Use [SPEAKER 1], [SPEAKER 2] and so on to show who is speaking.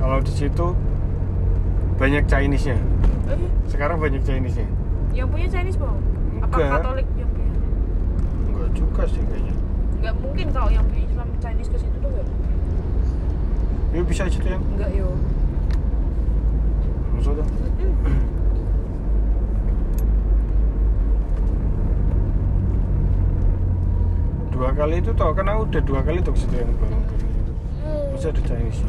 [SPEAKER 1] kalau di situ banyak Chinese-nya.
[SPEAKER 2] Eh,
[SPEAKER 1] Sekarang banyak Chinese-nya.
[SPEAKER 2] yang punya Chinese bohong? Apa
[SPEAKER 1] Enggak.
[SPEAKER 2] Katolik yang punya?
[SPEAKER 1] Enggak juga sih kayaknya.
[SPEAKER 2] Nggak mungkin kalau yang punya Islam Chinese ke situ tuh nggak mungkin.
[SPEAKER 1] Ya bisa aja tuh yang
[SPEAKER 2] Nggak yo.
[SPEAKER 1] maksudnya. Dua kali itu tau kan aku udah dua kali tuh ke situ yang belum. Masih ada Chinese.